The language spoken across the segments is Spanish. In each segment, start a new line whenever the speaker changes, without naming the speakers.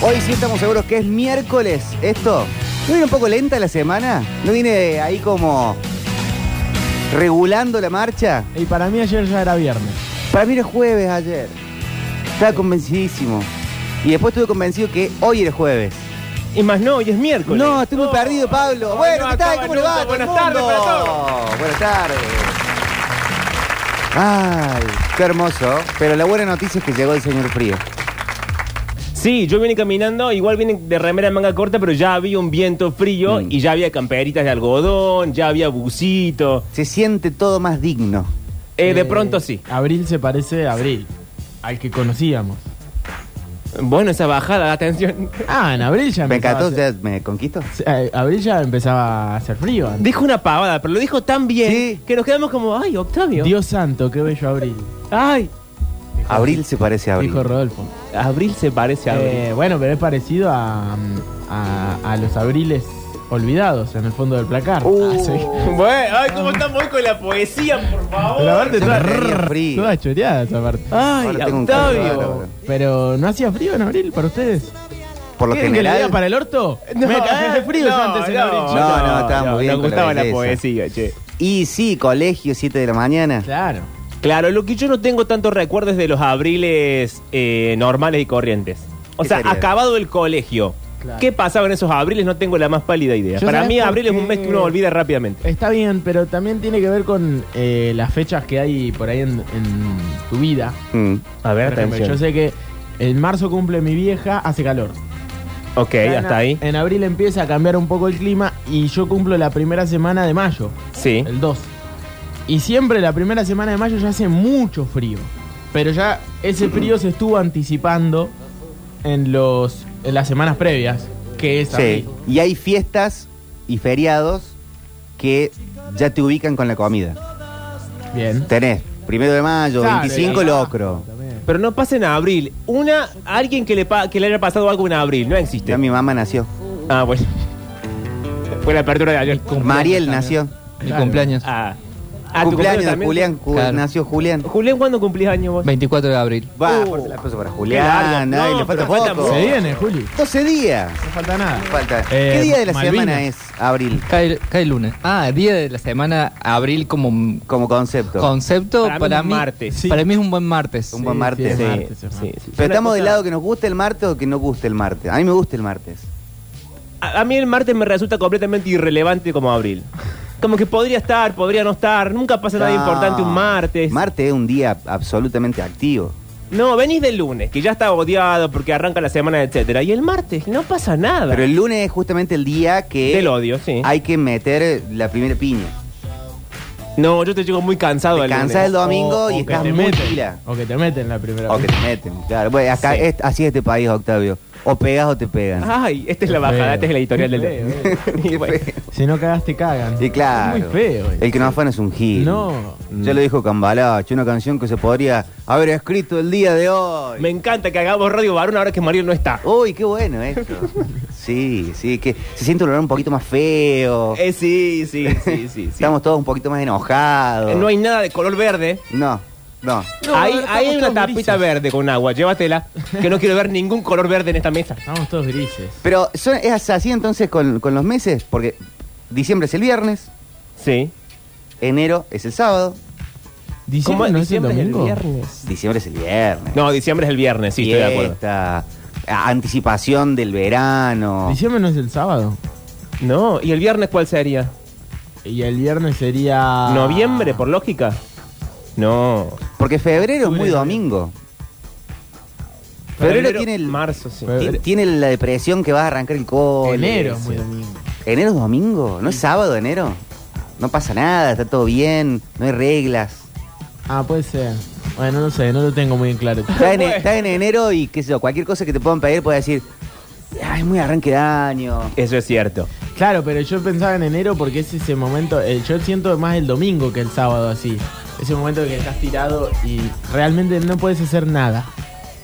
Hoy sí estamos seguros que es miércoles esto. ¿No viene un poco lenta la semana? ¿No viene ahí como regulando la marcha?
Y para mí ayer ya era viernes.
Para mí era jueves ayer. Estaba convencidísimo. Y después estuve convencido que hoy era jueves.
Y más no, hoy es miércoles.
No, estoy muy perdido, Pablo.
no,
bueno,
no
¿qué tal?
acaba
¿Cómo le va? a
nunca.
todo el
Buenas tardes
mundo?
para todos.
Buenas tardes. Ay, qué hermoso. Pero la buena noticia es que llegó el señor frío.
Sí, yo vine caminando, igual vine de remera manga corta, pero ya había un viento frío
Mm.
y ya había camperitas de algodón, ya había busito.
Se siente todo más digno.
Eh, de
Eh,
pronto sí.
Abril se parece a Abril, al que conocíamos.
Bueno, esa bajada, de atención.
Ah, en Abril ya
Me
empezaba.
encantó,
a hacer-
ya me conquistó.
eh, abril ya empezaba a hacer frío. antes.
Dijo una pavada, pero lo dijo tan bien
Sí.
que nos quedamos como, ay, Octavio.
Dios santo, qué bello Abril.
Ay,
Abril se parece a abril.
Dijo Rodolfo.
abril se parece a abril.
Eh, bueno, pero es parecido a, a, a los abriles olvidados en el fondo del placar.
Uh.
Ah, sí.
Bueno, ay, cómo estamos hoy con la poesía, por favor.
Pero aparte
yo
toda,
me tenía frío.
toda choreada esa parte.
Ay,
Ahora tengo un calor
Octavio.
ahora.
Pero no hacía frío en abril para ustedes.
Por lo
¿Quieren que le diga
general.
para el orto?
No,
Me cagué de frío
no,
antes en
no,
abril.
No, no, estaba muy bien
Nos
con la
gustaba la,
belleza.
poesía, che.
Y sí, colegio, 7 de la mañana.
Claro.
Claro, lo que yo no tengo tanto recuerdo es de los abriles eh, normales y corrientes. O
¿Qué
sea,
sería?
acabado el colegio.
Claro.
¿Qué pasaba en esos abriles? No tengo la más pálida idea.
Yo
Para
sabés
mí,
por
abril es un
qué-
mes que uno olvida rápidamente.
Está bien, pero también tiene que ver con eh, las fechas que hay por ahí en, en tu vida.
Mm.
A ver,
Por ejemplo,
atención.
yo sé que en marzo cumple mi vieja, hace calor.
Ok,
Ya en
hasta
a-
ahí.
En abril empieza a cambiar un poco el clima y yo cumplo la primera semana de mayo,
Sí.
el 2. Y siempre la primera semana de mayo ya hace mucho frío. Pero ya ese frío se estuvo anticipando en, los, en las semanas previas, que es
Sí.
abril.
Y hay fiestas y feriados que ya te ubican con la comida.
Bien.
Tenés primero de mayo,
Claro,
25
y-
locro.
También.
Pero no pasa en abril. Una, alguien que le, pa- que le haya pasado algo en abril, no existe.
Ya mi mamá nació.
Ah, bueno. Fue la apertura de ayer.
Mariel
también.
nació.
Mi
Claro.
cumpleaños.
Ah. Ah, ¿tu
Cumpleaños de
también?
Julián. Ju-
Claro.
Nació Julián.
Julián, ¿cuándo cumplís años vos?
24 de abril.
Va,
Uh,
por la cosa para
largo.
Julián. ay,
No,
le falta
pero falta
poco.
mucho.
Se viene, Juli.
12 días.
No falta nada.
Falta.
Eh,
¿Qué día de la
Malvinas.
semana es abril
Cae, cae el lunes. Ah, día de la semana, abril como m-
como concepto?
concepto.
Para mí
Para,
es un
mí,
martes.
Sí.
para mí es un buen martes.
Un buen martes.
sí,
Sí,
es martes, es martes.
Pero estamos del lado que nos guste el martes o que no guste el martes. A mí me gusta el martes.
A, a mí el martes me resulta completamente irrelevante como abril. Como que podría estar, podría no estar. Nunca pasa nada
No.
importante un martes.
Martes es un día absolutamente activo.
no, venís del lunes, que ya está odiado porque arranca la semana, etcétera. Y el martes no pasa nada.
Pero el lunes es justamente el día que
Del odio, ¿eh? sí.
hay que meter la primera piña.
No, yo te llego muy cansado
Te
el
cansás el
lunes.
domingo
O
y
que
estás
te
muy
meten,
pila.
O que te meten la primera
O que
vez.
te meten, claro. Bueno, acá
Sí. Ah.
es, así es este país, Octavio. O pegas o te pegan.
Ay, esta es la
Qué
bajada,
feo.
esta es la editorial del
Qué
día. Y bueno,
Si no cagas, te cagan.
Y claro.
Es muy feo. eso.
El que no afana es un gil.
No.
Ya lo dijo Cambalache, una canción que se podría haber escrito el día de hoy.
Me encanta que hagamos Radio Varón ahora que Mariel no está.
Uy, qué bueno esto. sí, sí, que se siente un olor un poquito más feo.
Eh, sí, sí, sí, sí. sí.
Estamos todos un poquito más enojados.
Eh, No hay nada de color verde.
No, no.
No,
ahí
estamos
ahí hay una
todos
tapita
grises.
verde con agua, llévatela, que no quiero ver ningún color verde en esta mesa.
Estamos todos grises.
Pero son- es así entonces con, con los meses, porque diciembre es el viernes,
Sí.
enero es el sábado,
¿Cómo
Diciembre no es el
diciembre
domingo.
viernes?
diciembre es el viernes.
No, diciembre es el viernes, sí, estoy de acuerdo.
Fiesta, a- anticipación del verano.
Diciembre no es el sábado.
No, ¿y el viernes cuál sería?
Y el viernes
Ah.
sería.
¿Noviembre, por lógica? No.
Porque febrero es muy
Febrero.
domingo. Febrero tiene el-
Marzo, sí.
Febrero.
Ti- Tiene la depresión que va a arrancar el cole.
Enero es muy
Sí.
domingo.
¿Enero es domingo? ¿No es sábado enero? No pasa nada, está todo bien, no hay reglas.
Ah, puede ser. Bueno, no sé, no lo tengo muy en claro.
Estás en,
Bueno.
estás en enero y qué sé yo, cualquier cosa que te puedan pedir puedes decir, ay, es muy arranque de año.
Eso es cierto.
Claro, pero yo pensaba en enero porque es ese momento. eh, yo siento más el domingo que el sábado así. Ese momento que estás tirado y realmente no puedes hacer nada.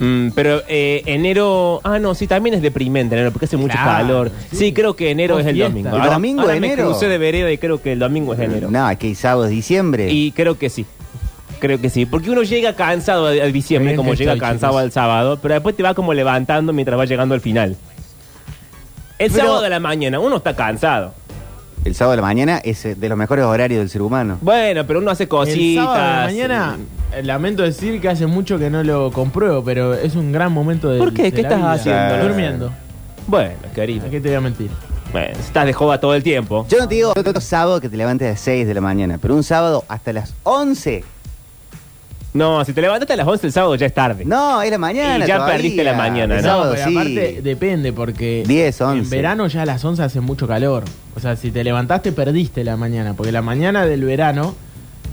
Mm, pero eh, enero. Ah, no, sí, también es deprimente enero porque hace mucho
Claro,
calor. Sí,
sí.
creo que enero
Oh,
es el
fiesta.
domingo.
¿El domingo
ahora
de
me
enero?
crucé de vereda y creo que el domingo es de enero.
No, es que el sábado es diciembre.
Y creo que sí. creo que sí. Porque uno llega cansado a, a diciembre,
Bien
como
que
llega
estoy,
cansado
chicos.
al sábado, pero después te va como levantando mientras va llegando al final. El
Pero-
sábado de la mañana, uno está cansado.
El sábado de la mañana es eh, de los mejores horarios del ser humano.
Bueno, pero uno hace cositas.
El sábado de la mañana, eh, lamento decir que hace mucho que no lo compruebo, pero es un gran momento de.
¿Por qué?
de
¿Qué
la
estás
vida.
haciendo?
Durmiendo.
Bueno, querido.
¿A qué te voy a mentir?
Bueno, estás de joda todo el tiempo.
Yo no te digo otro sábado que te levantes a las 6 de la mañana, pero un sábado hasta las 11.
No, si te levantaste a las 11 el sábado ya es tarde.
No, es la mañana.
Y ya
todavía.
perdiste la mañana,
El
¿no?
sábado,
pero
sí.
aparte depende porque
10, 11.
en verano ya a las 11 hace mucho calor. O sea, si te levantaste perdiste la mañana, porque la mañana del verano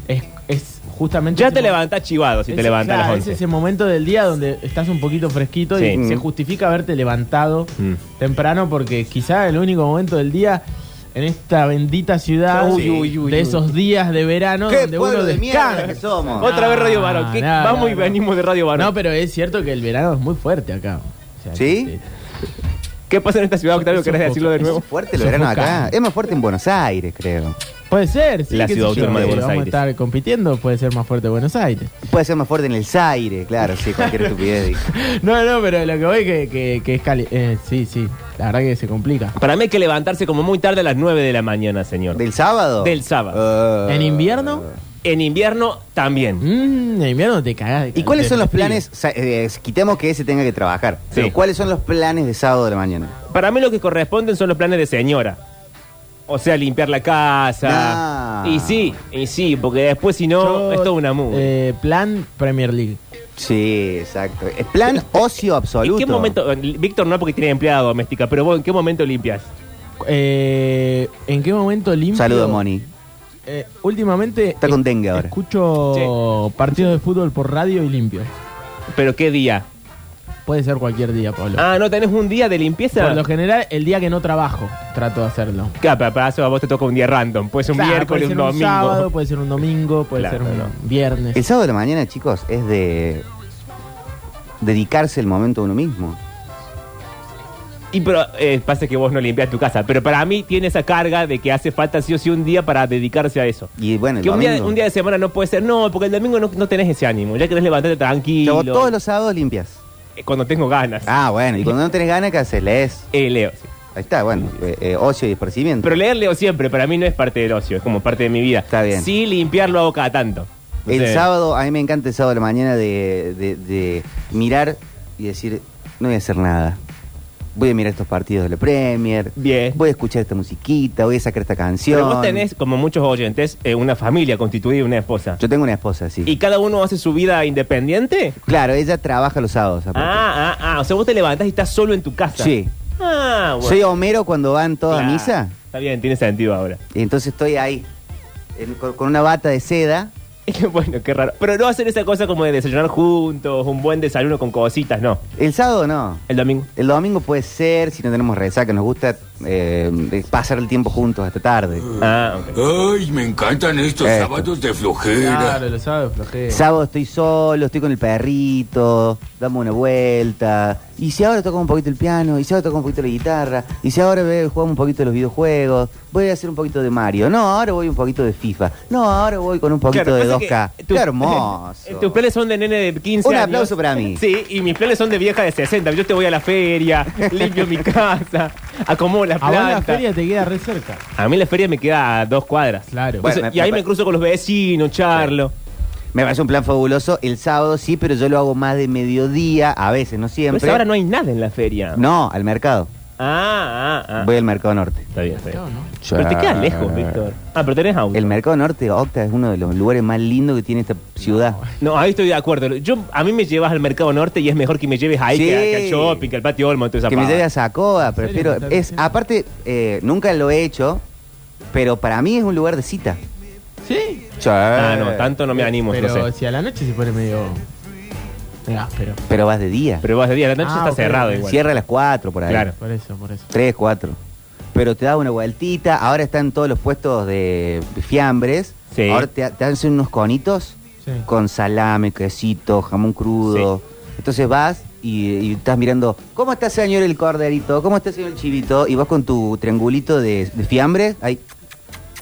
es, es justamente...
Ya
ese
te
mo-
levantás chivado si te
ese-
levantas a
claro,
las
Es
11.
ese momento del día donde estás un poquito fresquito y
Sí.
se
Mm.
justifica haberte levantado
Mm.
temprano porque quizá el único momento del día en esta bendita ciudad
Uy,
sí,
uy, uy,
de
uy.
esos días de verano
¡Qué
donde
pueblo
uno
de mierda que
descansa.
somos!
Otra vez Radio Barón. ¿Qué?
No, no,
Vamos y
no.
venimos de Radio Barón.
No, pero es cierto que el verano es muy fuerte acá. O sea, este,
¿Sí?
te-
¿Qué pasa en esta ciudad, Octavio? ¿Querés
Sofoca.
decirlo de nuevo?
Es fuerte el verano acá. Es más fuerte en Buenos Aires, creo.
Puede ser, sí,
La
qué sé
ciudad
yo,
autónoma de
que
Buenos
vamos
Aires.
a estar compitiendo, puede ser más fuerte Buenos Aires.
Puede ser más fuerte en el Zaire, claro, sí, cualquier estupidez. digo.
No, no, pero lo que voy que, que, que es cali eh, sí, sí, la verdad que se complica.
Para mí hay que levantarse como muy tarde a las 9 de la mañana, señor.
¿Del sábado?
Del sábado.
Ah.
¿En invierno?
En invierno también.
Mm, en invierno te cagás.
¿Y cuáles son los planes? sa- eh, quitemos que ese tenga que trabajar.
Sí.
Pero ¿cuáles son los planes de sábado de la mañana?
Para mí lo que corresponden son los planes de señora. O sea, limpiar la casa.
No.
Y sí, y sí, porque después si no,
Ah. Yo,
es toda una mugre.
eh, plan Premier League.
Sí, exacto. Es Eh, plan ocio absoluto.
eh, ¿En qué momento? Víctor no porque tiene empleada doméstica, pero vos, ¿en qué momento limpias?
Eh, ¿En qué momento limpio?
Saludo, Moni.
Eh, últimamente
Está con dengue ahora.
escucho partidos de fútbol por radio y limpio.
¿Pero qué día?
Puede ser cualquier día, Pablo.
Ah, ¿no tenés un día de limpieza?
por lo general, el día que no trabajo, trato de hacerlo.
Capa, para eso a vos te toca un día random. Puede ser un
Claro,
miércoles,
puede ser
un domingo.
sábado, puede ser un domingo, puede
Claro,
ser un
no.
viernes.
El sábado de la mañana, chicos, es de dedicarse el momento a uno mismo.
Y pero eh, pasa que vos no limpias tu casa. Pero para mí tiene esa carga de que hace falta sí o sí un día para dedicarse a eso.
Y bueno, el
Que un día,
domingo.
un día de semana no puede ser, no, porque el domingo no, no tenés ese ánimo, ya querés levantarte
Yo
tranquilo.
hago todos los sábados limpias.
Eh, Cuando tengo ganas.
Ah, bueno, y cuando no tenés ganas, ¿qué haces? Lees.
Eh, leo. sí.
Ahí está, bueno, eh, eh, ocio y esparcimiento.
Pero leer leo siempre, para mí no es parte del ocio, es como parte de mi vida.
Está bien.
Sí, limpiarlo hago cada tanto. No
el
sé.
sábado, a mí me encanta el sábado de la mañana de, de- de mirar y decir, no voy a hacer nada. Voy a mirar estos partidos de la Premier.
Bien.
Voy a escuchar esta musiquita, voy a sacar esta canción.
Pero vos tenés, como muchos oyentes, eh, una familia constituida y una esposa.
Yo tengo una esposa, sí.
¿Y cada uno hace su vida independiente?
Claro, ella trabaja los sábados. aparte.
Ah, ah, ah. O sea, vos te levantás y estás solo en tu casa.
Sí.
Ah, bueno.
Soy Homero cuando van toda
Claro.
misa.
Está bien, tiene sentido ahora.
Y entonces estoy ahí, en- con, con una bata de seda.
bueno, qué raro. Pero no hacer esa cosa como de desayunar juntos, un buen desayuno con cositas, no.
El sábado no.
El domingo.
El domingo puede ser, si no tenemos resaca, nos gusta eh, pasar el tiempo juntos hasta tarde.
Ah, ok.
Ay, me encantan estos
Esto.
sábados de flojera.
Claro, lo sabes,
Eh,
flojera.
Sábado estoy solo, estoy con el perrito, damos una vuelta. Y si ahora toco un poquito el piano, y si ahora toco un poquito la guitarra, y si ahora ve- jugamos un poquito los videojuegos, voy a hacer un poquito de Mario. No, ahora voy un poquito de FIFA. No, ahora voy con un poquito
Claro,
de
pasa
2K.
que tu-
Qué hermoso.
Tus planes son de nene de 15
Un
años.
aplauso para mí.
Sí, y mis planes son de vieja de 60. Yo te voy a la feria, limpio mi casa, acomodo las
A vos la
plantas.
feria te queda re cerca.
A mí la feria me queda a dos cuadras.
Claro.
Bueno,
Entonces,
me-
y ahí
me-
me cruzo con los vecinos, charlo.
Me parece un plan fabuloso. El sábado sí, pero yo lo hago más de mediodía, a veces, no
Pero
siempre.
Pues ahora no hay nada en la feria.
No, al mercado.
Ah, ah, ah.
Voy al mercado norte.
Está bien, está bien.
Claro, ¿no?
Pero te quedas lejos, Víctor. Ah, pero tenés auto.
El mercado norte, Octa, es uno de los lugares más lindos que tiene esta ciudad.
No, ahí estoy de acuerdo. Yo, a mí me llevas al mercado norte y es mejor que me lleves ahí
Sí.
que, a- que al shopping, que al patio Olmo, toda esa
Que me
pava.
lleve a Sacoa, prefiero.
¿En serio?
Es, aparte, eh, nunca lo he hecho, pero para mí es un lugar de cita.
Sí.
Ah, no, tanto no me animo,
pero
no sé.
si a la noche se pone medio. medio áspero.
Pero vas de día.
Pero vas de día, la noche
Ah,
está
ok,
cerrado
ok.
igual.
Cierra a las 4 por ahí.
Claro.
Por eso, por eso.
3, 4. Pero te da una vueltita. Ahora están todos los puestos de fiambres.
Sí.
Ahora te, te hacen unos conitos
Sí.
con salame, quesito, jamón crudo. Entonces vas y, y estás mirando, ¿cómo está señor el corderito? ¿Cómo está señor el chivito? Y vas con tu triangulito de, de fiambres. Ahí.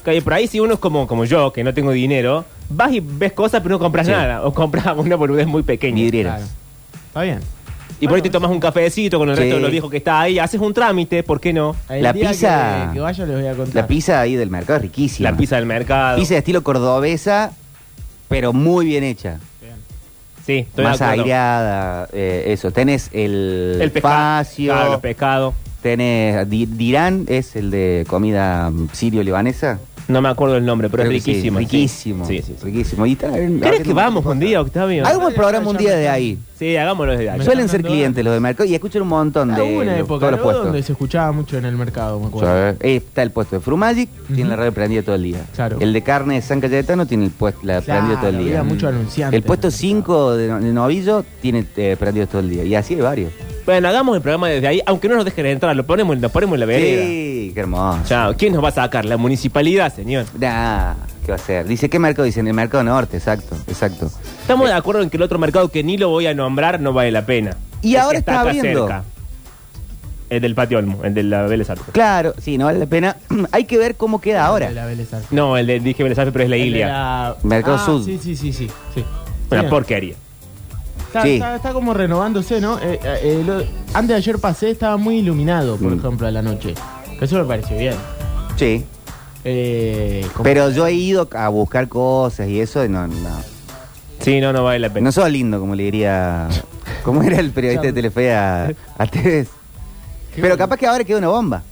Que por ahí si uno es como, como yo, que no tengo dinero, vas y ves cosas, pero no compras
Sí.
nada. O compras una boludez muy pequeña.
Vidrieras.
Claro. Está bien.
Y por ahí te tomas un cafecito con el
Sí.
resto de los viejos que está ahí. Haces un trámite, ¿por qué no?
El
La
día
pizza-
Que, que vaya les voy a contar.
La pizza ahí del mercado es riquísima.
La pizza del mercado.
Pizza de estilo cordobesa, pero muy bien hecha.
Sí, estoy de
Más
acuerdo.
aireada, eh, eso. Tenés el,
El pescado.
espacio,
Claro, el pescado.
tenés... Di- Dirán es el de comida mm, sirio-libanesa.
No me acuerdo el nombre, pero
Creo que
es
sí,
riquísimo. sí.
riquísimo.
Sí, sí. sí.
Riquísimo. Y está-
¿Crees que vamos un día, Octavio?
Hagamos el programa un día de ahí.
Sí, hagámoslo desde allá.
Me
Suelen
están
ser
dando
clientes los de mercado y escuchan un montón de
Ah, Hubo una
de
época
todos los
¿no? donde
puestos.
se escuchaba mucho en el mercado, me acuerdo.
Sí. Está el puesto de Frumagic, tiene la
Ujú.
radio prendida todo el día.
Claro.
El de carne de San Cayetano tiene el puesto, la
Claro,
prendida todo el día.
había mucho anunciante
El puesto
en el
5 de, de Novillo tiene eh, prendido todo el día. Y así hay varios.
Bueno, hagamos el programa desde ahí, aunque no nos dejen entrar, lo ponemos, nos ponemos en la vereda.
Sí, qué hermoso.
Chao. ¿Quién nos va a sacar? La municipalidad, señor.
Nah, ¿qué va a ser? Dice, ¿qué mercado? Dicen, el mercado norte, exacto, exacto.
Estamos de acuerdo en que el otro mercado que ni lo voy a nombrar no vale la pena.
Y
El que
ahora está
acá
abriendo.
El del Patio Olmo, el de la Vélez Arfield.
Claro, sí, no vale la pena. hay que ver cómo queda
De
ahora.
la Vélez Arfield.
No, el de, dije Vélez Arfield, pero es la
El de
Ilia.
la-
Mercado
Ah,
Sud.
Sí, sí, sí, sí. sí.
Una
Bien.
porquería.
Está,
Sí.
está- está como renovándose, ¿no? Eh, eh, el o- antes de ayer pasé, estaba muy iluminado, por
Mm.
ejemplo, a la noche. Que Eso me pareció bien.
Sí.
Eh, como-
Pero yo he ido a buscar cosas y eso, y no, no.
Sí, no, no vale la pena.
No sos lindo, como le diría. ¿Cómo era el periodista de Telefe a, a Tevez? Pero capaz que ahora queda una bomba.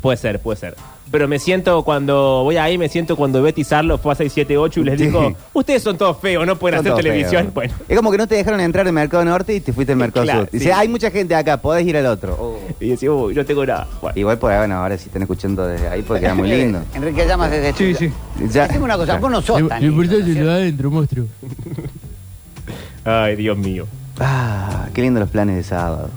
Puede ser, puede ser. Pero me siento cuando voy ahí, me siento cuando Betty Sarlo fue a 678 y les
Sí.
digo, ustedes son todos feos, no pueden
Son
hacer
todos
televisión.
feos.
Bueno,
Es como que no te dejaron entrar al Mercado Norte y te fuiste al Mercado
Claro,
Sur. Dice,
sí.
hay mucha gente acá, podés ir al otro. Oh.
y decía, uy, no tengo nada. Bueno.
Igual por ahí, bueno, ahora sí están escuchando desde ahí porque era muy lindo.
Enrique Llamas desde Sí, sí.
Ya.
Dime una cosa, vos no sos
Lo-
tan
lo
lindo,
importante es
¿no
lo
es
de adentro, monstruo.
Ay, Dios mío.
Ah, qué lindo los planes de sábado.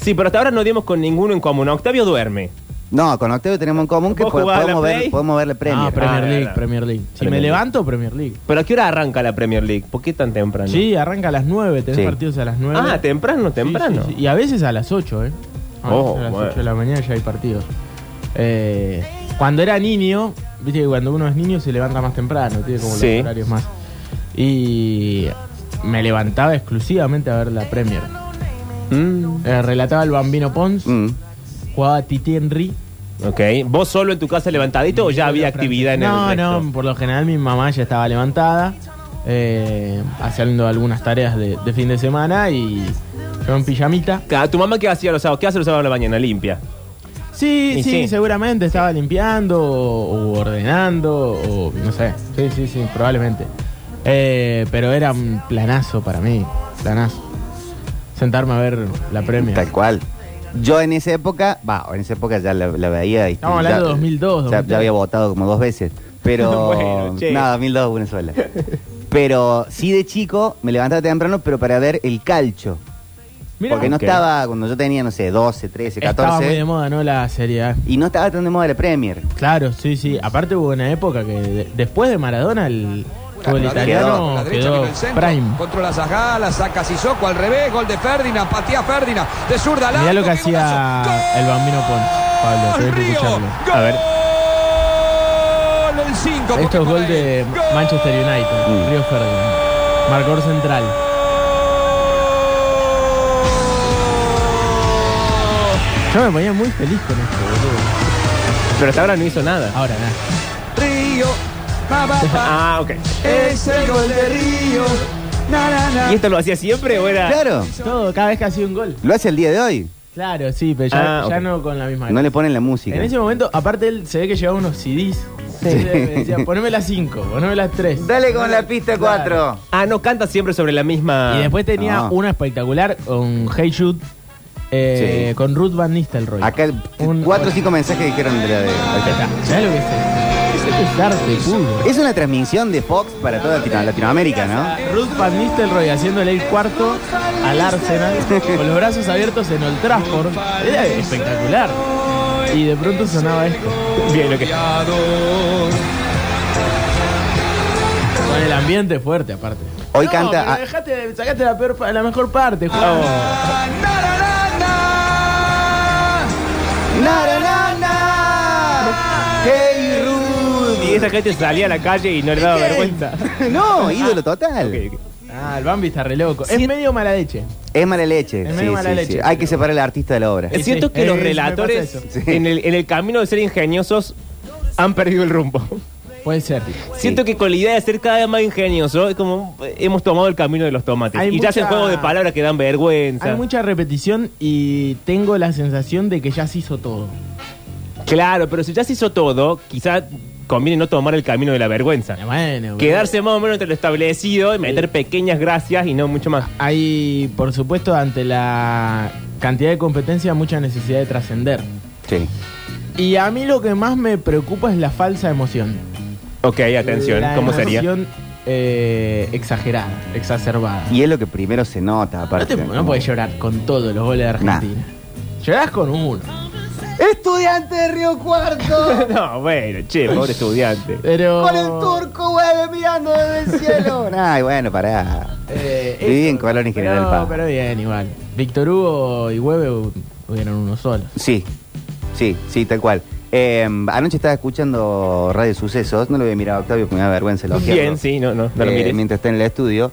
Sí, pero hasta ahora no dimos con ninguno en común. Octavio duerme.
No, con Octavio tenemos en común que
¿Vos
po-
jugás a la
podemos ver,
Play?
podemos ver la Premier.
Ah, Premier
Ah,
League,
claro.
Premier League. Si
Premier
me
League.
levanto, Premier League.
¿Pero a qué hora arranca la Premier League? ¿Por qué tan temprano?
Sí, arranca a las 9, tenés
Sí.
partidos a las 9.
Ah, temprano, temprano.
Y a veces a las 8, ¿eh? A, veces
Oh,
a las
bueno.
8 de la mañana ya hay partidos. Eh, cuando era niño, viste que cuando uno es niño se levanta más temprano, tiene como
Sí.
los horarios más. Y me levantaba exclusivamente a ver la Premier.
Mm,
Eh, relataba el Bambino Pons,
Mm.
jugaba Titi Henry.
ok. ¿Vos solo en tu casa levantadito o ya había actividad en
no,
el resto?
No, por lo general mi mamá ya estaba levantada, eh, haciendo algunas tareas de, de fin de semana y yo en pijamita.
Claro, ¿Tu mamá qué hacía los sábados? ¿Qué hace los sábados a la mañana? Limpia.
Sí,
Y
sí,
sí.
seguramente estaba limpiando o, o ordenando o no sé. Sí, sí, sí, probablemente. Eh, pero era un planazo para mí, planazo. Sentarme a ver la premia.
Tal cual. Yo en esa época, va, en esa época ya la, la veía. y-
Estamos
ya-
hablando de 2002,
ya- Ya,
2003.
había votado como dos veces. Pero.
Bueno, che.
no, 2002, Venezuela. Pero sí de chico me levantaba temprano, pero para ver el calcho.
Mirá,
porque no
ok.
estaba, cuando yo tenía, no sé, 12, 13,
estaba muy de
14.
moda, ¿no? La serie A.
Y no estaba tan de moda la Premier.
Claro, sí, sí. Aparte hubo una época que de- después de Maradona el fútbol
quedó.
italiano quedó prime.
Controla Zagala, la saca Sissoko al revés, gol de Ferdinand, patía Ferdinand, de zurda al
Mirá lo
arco,
que
qué golazo.
hacía el Bambino Pons, Pablo. Tenés que escucharlo.
A ver.
Gol, el 5.
Esto es gol de Manchester United,
Mm.
Río Ferdinand. Marcador central. Yo me ponía muy feliz con esto, boludo.
Pero hasta ahora no hizo nada.
Ahora nada.
Río. pa, pa, pa.
Ah, ok.
Es el gol de Río. Na, na, na.
¿Y esto lo hacía siempre o era...?
Claro,
Todo, cada vez que hacía un gol.
lo hace el día de hoy.
Claro, sí, pero ya,
Ah,
ya
ok.
no con la misma.
No le ponen la música.
En ese momento, aparte él se ve que llevaba unos CDs. Entonces me decía, poneme las 5, poneme las 3.
Dale con la pista 4.
Ah, no, canta siempre sobre la misma...
Y después tenía
No.
una espectacular con Hey Jude, eh,
Sí.
con Ruth Van Nistelrooy.
Acá, el-
Un-
cuatro o cinco mensajes dijeron de la de. ahí está.
¿Sabes lo que es? Eso es arte puro.
Es una transmisión de Fox para toda Latino- Latinoamérica, ¿no?
Ruth Van Nistelrooy haciéndole el cuarto al Arsenal con los brazos abiertos en Old Trafford. Era espectacular. Y de pronto sonaba esto.
Bien, lo que...
Con el ambiente fuerte, aparte.
Hoy
No,
canta- Oh. ah.
pero dejaste- sacaste la, peor, pa- la mejor parte, Juan.
Oh.
Na, na, na, na.
Na, na, na, na. Hey Rudy.
que esa gente salía a la calle y no le daba vergüenza.
No, ídolo total.
Ok, ok.
Ah, el Bambi está re loco.
Sí.
Es medio mala leche.
Es mala leche.
Es
sí,
medio mala
sí,
leche,
sí. Hay que
pero-
separar al artista de la obra.
Sí,
Siento
sí.
que
Eh,
los
me
relatores,
pasa
eso.
en, el, en el camino de ser ingeniosos, han perdido el rumbo.
Puede ser.
Siento que con la idea de ser cada vez más ingenioso, es como eh, hemos tomado el camino de los tomates.
Hay
y ya hacen
mucha-
juegos de palabras que dan vergüenza.
Hay mucha repetición y tengo la sensación de que ya se hizo todo.
Claro, pero si ya se hizo todo, quizá conviene no tomar el camino de la vergüenza.
Bueno,
Quedarse más o menos entre lo establecido y meter pequeñas gracias y no mucho más.
Hay, por supuesto, ante la cantidad de competencia, mucha necesidad de trascender.
Sí.
Y a mí lo que más me preocupa es la falsa emoción.
Ok, atención,
La
¿cómo sería?
emoción, eh, exagerada, exacerbada.
Y es lo que primero se nota,
No,
aparte.
te, no podés llorar con todos los goles de Argentina. Llorás con uno.
Estudiante de Río Cuarto.
No, bueno, che, pobre estudiante.
Pero.
Con el turco, güey, mirando desde el cielo.
Ay, bueno, pará.
Eh,
Viví
eso,
en Colón y General
pero-
Paz.
Pero bien, igual. Víctor Hugo y Hueve hu- hubieron uno solo.
Sí, sí, sí, tal cual. Eh, anoche estaba escuchando Radio Sucesos, no lo había mirado a Octavio porque me da vergüenza lo
Bien,
ojierro,
sí, no, no, no lo
eh,
mires.
mientras está en el estudio.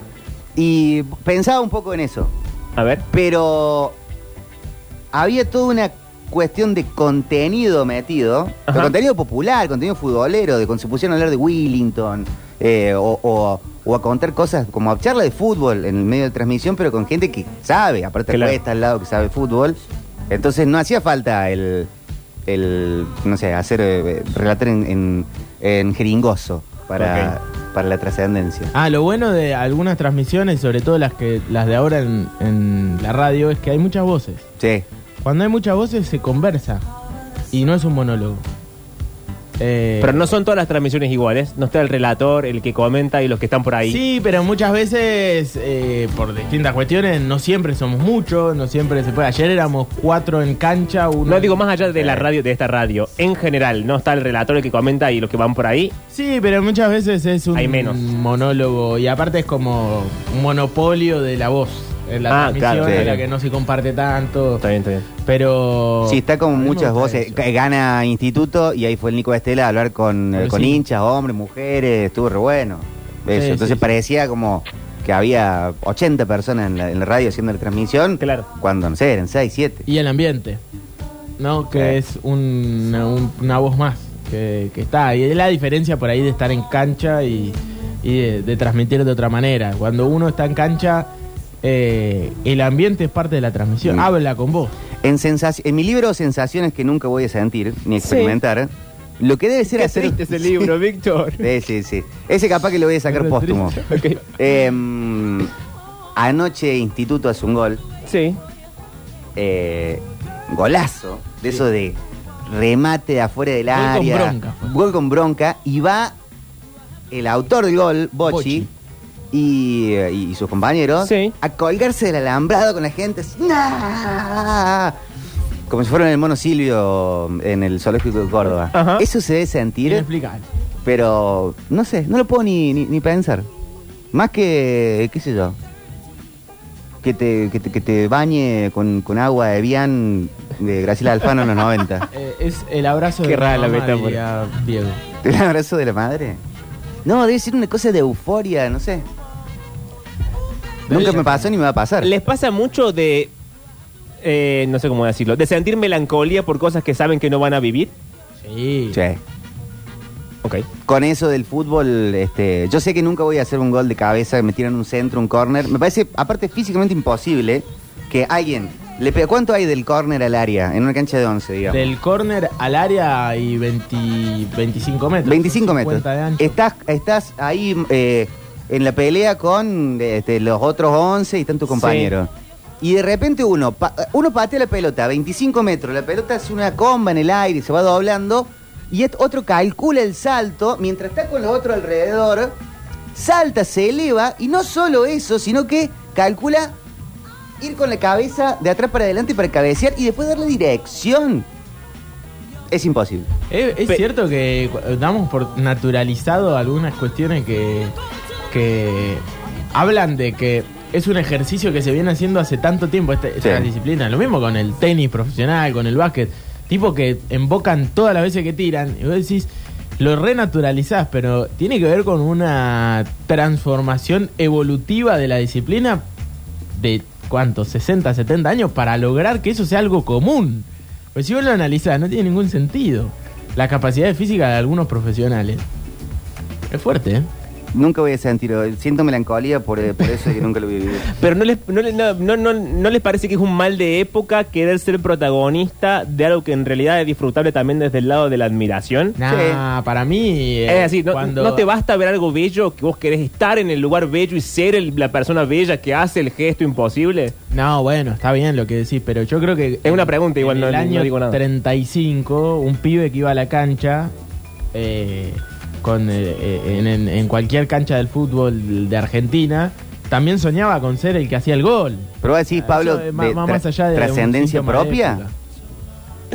Y pensaba un poco en eso,
A ver.
pero había toda una cuestión de contenido metido, de
Ajá.
contenido popular, contenido futbolero, de cuando se pusieron a hablar de Willington, eh, o, o- o a contar cosas como a charla de fútbol en el medio de transmisión, pero con gente que sabe, aparte
Claro.
cuesta al lado que sabe fútbol. Entonces no hacía falta el, el no sé, hacer, eh, relatar en, en, en jeringoso para, para la trascendencia.
Ah, lo bueno de algunas transmisiones, sobre todo las que las de ahora en, en la radio, es que hay muchas voces.
Sí,
Cuando hay muchas voces se conversa y no es un monólogo. Eh,
Pero no son todas las transmisiones iguales. No está el relator, el que comenta y los que están por ahí.
Sí, pero muchas veces, eh, por distintas cuestiones, no siempre somos muchos, no siempre se puede. Ayer éramos cuatro en cancha, uno.
No digo más allá de la radio, de esta radio. En general, no está el relator, el que comenta y los que van por ahí.
Sí, pero muchas veces es un
Hay menos.
monólogo y aparte es como un monopolio de la voz. En la
Ah,
transmisión
claro,
sí.
en la que no se comparte tanto.
Está bien, está bien.
Pero.
sí, está
A
con
mí me
muchas
gusta
voces.
eso.
Ca- Gana Instituto y ahí fue el Nico Estela a hablar con, eh,
Pero
con
sí.
hinchas, hombres, mujeres, estuvo re bueno. Eso.
Sí,
Entonces
sí, sí.
parecía como que había 80 personas en la, en la radio haciendo la transmisión.
Claro.
Cuando, no sé, eran 6, 7.
Y el ambiente, ¿no? Que
Sí.
es un- una, un- una voz más que, que está. Y es la diferencia por ahí de estar en cancha y, y de, de transmitir de otra manera. Cuando uno está en cancha, eh, el ambiente es parte de la transmisión.
Mm.
Habla con vos.
En, sensaci- en mi libro Sensaciones que nunca voy a sentir ni experimentar, lo que debe ser
Qué
hacer...
triste ese libro, Víctor.
Sí, sí, sí. Ese capaz que lo voy a sacar
Pero
póstumo.
Ok.
Em, anoche Instituto hace un gol.
Sí.
eh, golazo, de eso de remate de afuera del
Gol con
área.
bronca fue.
Gol con bronca. Y va el autor del gol, Bochi,
Bocci.
Y, eh, y sus compañeros
Sí.
a colgarse del alambrado con la gente. así, ¡nah! Como si fueran el mono Silvio en el zoológico de Córdoba.
Ajá.
Eso se debe sentir,
Inexplicable.
pero no sé, no lo puedo ni, ni, ni pensar. Más que, qué sé yo, que te, que te, que te bañe con, con agua de Vian de Graciela Alfano en los 90.
Eh, es el abrazo
Qué
de
rara la
mamá,
metáfora.
diría Diego.
¿El abrazo de la madre? No, debe ser una cosa de euforia, no sé. Nunca me pasó ni me va a pasar.
¿Les pasa mucho de. eh, no sé cómo decirlo. De sentir melancolía por cosas que saben que no van a vivir?
Sí.
Che,
Ok.
Con eso del fútbol, este, yo sé que nunca voy a hacer un gol de cabeza, me tiran un centro, un córner. Me parece, aparte, físicamente imposible que alguien le pegue. ¿Cuánto hay del córner al área en una cancha de 11, digamos?
Del córner al área y 20 25 metros.
25
Son
metros.
50 de ancho.
Estás, estás ahí eh, en la pelea con este, los otros 11 y están tus compañeros. Y de repente uno, pa- uno patea la pelota a 25 metros, la pelota es una comba en el aire, se va doblando, y este otro calcula el salto, mientras está con los otros alrededor, salta, se eleva, y no solo eso, sino que calcula ir con la cabeza de atrás para adelante para cabecear y después darle dirección. Es imposible.
Es, es
Pe-
cierto que cu- damos por naturalizado algunas cuestiones que, que hablan de que es un ejercicio que se viene haciendo hace tanto tiempo, este- esta
Sí.
disciplina. Lo mismo con el tenis profesional, con el básquet. Tipo que embocan todas las veces que tiran. Y vos decís, lo renaturalizás, pero tiene que ver con una transformación evolutiva de la disciplina de cuánto, 60, 70 años para lograr que eso sea algo común. Pues si vos lo analizás, no tiene ningún sentido. La capacidad física de algunos profesionales es fuerte, ¿eh?
Nunca voy a sentir, siento melancolía por, eh, por eso que nunca lo viví.
Pero no les, no, les- no- no- no- no les parece que es un mal de época querer ser protagonista de algo que en realidad es disfrutable también desde el lado de la admiración.
Nah, para mí. eh,
es así, no,
cuando-
no te basta ver algo bello, que vos querés estar en el lugar bello y ser el- la persona bella que hace el gesto imposible.
No, bueno, está bien lo que decís, pero yo creo que.
Es una pregunta, igual
en
no-
el
no
año
digo nada.
35, un pibe que iba a la cancha, eh, con, eh, eh, en, en- en cualquier cancha del fútbol de Argentina, también soñaba con ser el que hacía el gol.
Pero vos decís, Pablo,
Eso
de
es más- más- más allá
tra-
de un
trascendencia
síntoma de
propia.
época.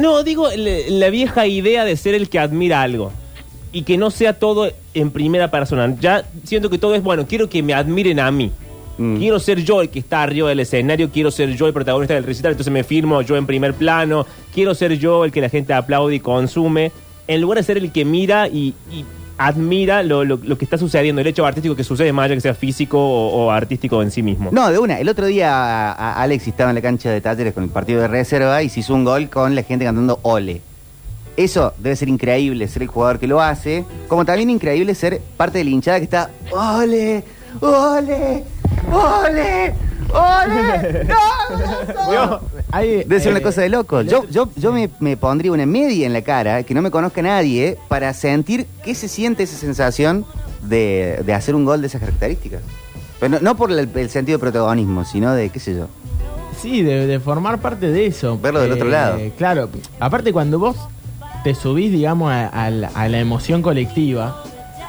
No, digo le- la vieja idea de ser el que admira algo y que no sea todo en primera persona. Ya siento que todo es bueno, quiero que me admiren a mí.
Mm.
Quiero ser yo el que está arriba del escenario, quiero ser yo el protagonista del recital, entonces me firmo yo en primer plano, quiero ser yo el que la gente aplaude y consume, en lugar de ser el que mira y, y admira lo, lo- lo que está sucediendo, el hecho artístico que sucede, más allá que sea físico o, o artístico en sí mismo.
No, de una. El otro día a- a Alex estaba en la cancha de Táteres con el partido de reserva y se hizo un gol con la gente cantando Ole. Eso debe ser increíble ser el jugador que lo hace, como también increíble ser parte de la hinchada que está Ole, Ole, Ole, Ole. ¡No,
Yo-
Hay,
Debe ser
eh,
una cosa de loco. Yo, yo, yo me, me pondría una media en la cara, que no me conozca nadie, para sentir qué se siente esa sensación de, de hacer un gol de esas características. Pero no, no por el, el sentido de protagonismo, sino de, qué sé yo.
Sí, de, de formar parte de eso. eh,
Verlo del otro lado.
Claro, aparte cuando vos te subís, digamos, a, a la, a la emoción colectiva,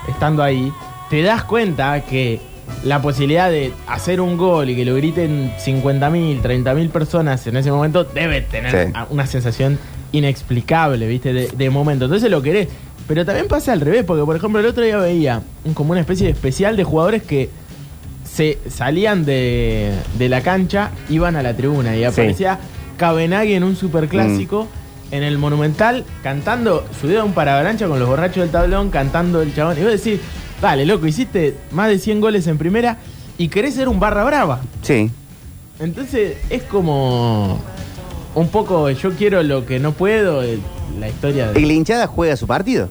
estando ahí, te das cuenta que la posibilidad de hacer un gol y que lo griten 50.000, 30.000 personas en ese momento debe tener
Sí.
a- una sensación inexplicable, ¿viste? De, de momento. Entonces lo querés. Pero también pasa al revés, porque por ejemplo el otro día veía un- como una especie de especial de jugadores que se salían de, de la cancha, iban a la tribuna y aparecía Cabenagui en un superclásico
Mm.
en el Monumental cantando, subido a un paravalancha con los borrachos del tablón, cantando el chabón. Y vos decís, vale, loco, hiciste más de 100 goles en primera y querés ser un barra brava.
Sí.
Entonces es como un poco yo quiero lo que no puedo, eh, la historia
¿Y
de...
la hinchada juega su partido?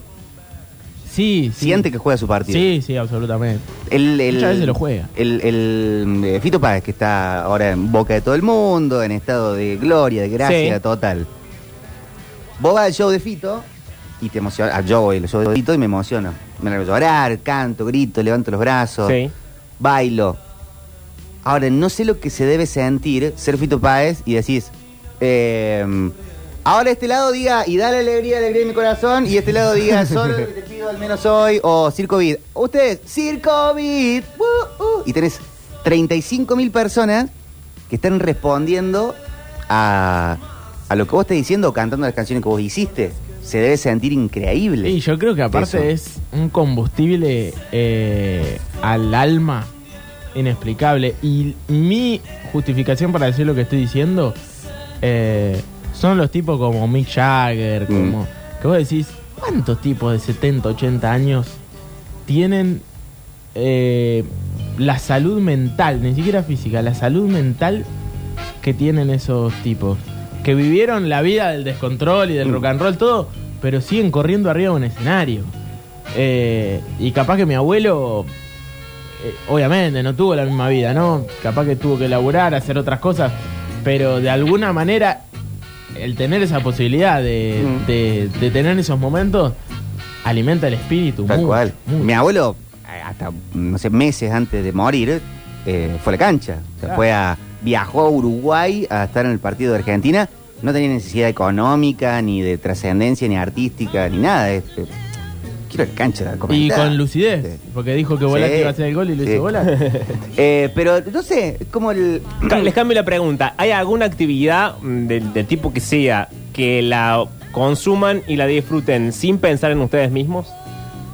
Sí, sí.
Siente que juega su partido.
Sí, sí, absolutamente.
El, el-
Muchas veces lo juega.
El, el, eh, Fito Páez, que está ahora en boca de todo el mundo, en estado de gloria, de gracia
Sí.
total. Vos vas al show de Fito y te emociona. Yo voy al show de Fito y me emociono. Me largo a llorar, canto, grito, levanto los brazos,
Sí.
bailo. Ahora, no sé lo que se debe sentir ser Fito Páez y decís... eh, Ahora este lado diga, y dale alegría, alegría en mi corazón, y este lado diga, solo lo que te pido al menos hoy, o Circo Vid. Ustedes, Circo Vid. uh, uh. Y tenés 35 mil personas que están respondiendo a, a lo que vos estás diciendo o cantando las canciones que vos hiciste. Se debe sentir increíble.
Y yo creo que aparte es un combustible eh, al alma inexplicable. Y mi justificación para decir lo que estoy diciendo eh, son los tipos como Mick Jagger, como... Que vos decís, ¿cuántos tipos de 70, 80 años tienen eh, la salud mental, ni siquiera física, la salud mental que tienen esos tipos. Que vivieron la vida del descontrol
Mm.
y del rock and roll, todo, pero siguen corriendo arriba de un escenario. Eh, y capaz que mi abuelo, eh, obviamente, no tuvo la misma vida, ¿no? Capaz que tuvo que laburar, hacer otras cosas, pero de alguna manera, el tener esa posibilidad de,
Mm.
de- de tener esos momentos alimenta el espíritu.
Tal
mucho,
cual.
mucho.
Mi abuelo, eh, hasta, no sé, meses antes de morir, eh, fue a la cancha. O sea,
Claro.
fue a, viajó a Uruguay a estar en el partido de Argentina. No tenía necesidad económica, ni de trascendencia, ni artística, ni nada. Es, eh, quiero la cancha. la
Y
comentar.
con lucidez,
Sí.
porque dijo que Volati
Sí.
iba a hacer el gol y lo
Sí.
hizo volar.
Eh, pero, no sé, es como el...
Ca- Les cambio la pregunta. ¿Hay alguna actividad mm, del, del tipo que sea que la consuman y la disfruten sin pensar en ustedes mismos?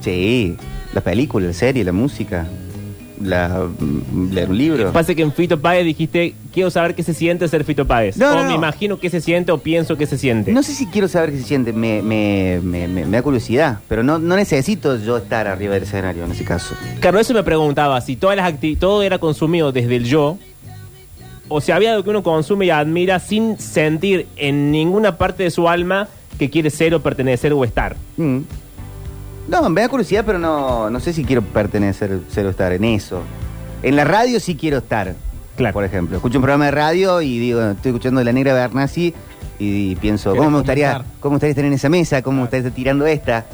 Sí, las películas, la serie, la música. la, mm, leer un libro.
Pasa que en Fito Páez dijiste, quiero saber qué se siente ser Fito Páez.
No,
o
no,
me
no.
imagino qué se siente o pienso qué se siente.
No sé si quiero saber qué se siente, me, me- me- me- me da curiosidad, pero no, no necesito yo estar arriba del escenario en ese caso.
Claro, eso me preguntaba, si todas las acti- todo era consumido desde el yo, o si había algo que uno consume y admira sin sentir en ninguna parte de su alma que quiere ser o pertenecer o estar.
Mm. No, me da curiosidad, pero no, no sé si quiero pertenecer, ser o estar en eso. En la radio sí quiero estar.
Claro.
Por ejemplo, escucho un programa de radio y digo, estoy escuchando La Negra Bernasi y, pienso,
Querés
¿cómo me, gustaría,
comentar.
¿cómo me gustaría estar en esa mesa? ¿Cómo me gustaría estar tirando esta?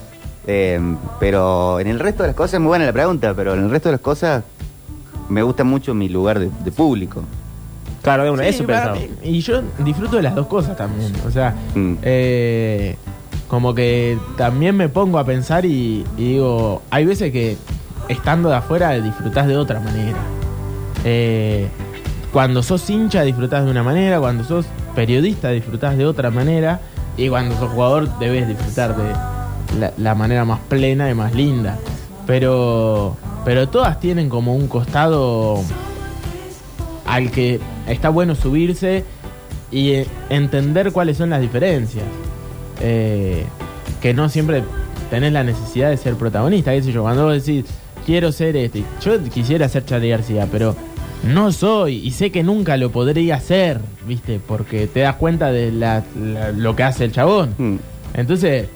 Eh, pero en el resto de las cosas, muy buena la pregunta, pero en el resto de las cosas me gusta mucho mi lugar de, de público.
Claro, de una,
Sí,
eso
para-
pensaba.
Y yo disfruto de las dos cosas también. O sea,
Mm.
eh, como que también me pongo a pensar y, y digo, hay veces que estando de afuera disfrutás de otra manera. Eh, cuando sos hincha disfrutás de una manera, cuando sos periodista disfrutás de otra manera y cuando sos jugador debes disfrutar de la, la manera más plena y más linda. Pero, pero todas tienen como un costado al que está bueno subirse y eh, entender cuáles son las diferencias. Eh, que no siempre tenés la necesidad de ser protagonista, qué sé yo, cuando vos decís, quiero ser este, yo quisiera ser Charlie García, pero no soy y sé que nunca lo podría ser, ¿viste? Porque te das cuenta de la- la- lo que hace el chabón.
Mm.
Entonces,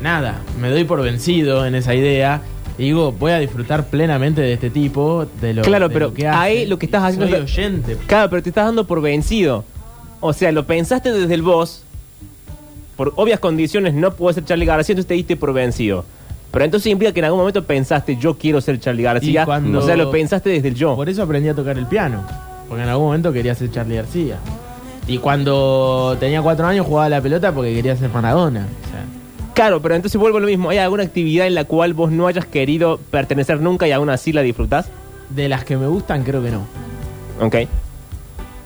nada, me doy por vencido en esa idea. Y digo, voy a disfrutar plenamente de este tipo, de lo,
Claro,
de
pero
que
ahí lo que estás haciendo
Soy
es-
oyente.
Claro, pero te estás dando por vencido. O sea, lo pensaste desde el vos. Por obvias condiciones no puedo ser Charlie García, entonces te diste por vencido. Pero entonces implica que en algún momento pensaste, yo quiero ser Charlie García.
Y cuando-
O sea, lo pensaste desde el yo.
Por eso aprendí a tocar el piano. Porque en algún momento quería ser Charlie García. Y cuando tenía cuatro años jugaba a la pelota porque quería ser Maradona. O sea,
Claro, pero entonces vuelvo a lo mismo. ¿Hay alguna actividad en la cual vos no hayas querido pertenecer nunca y aún así la disfrutás?
de las que me gustan, creo que no.
Ok.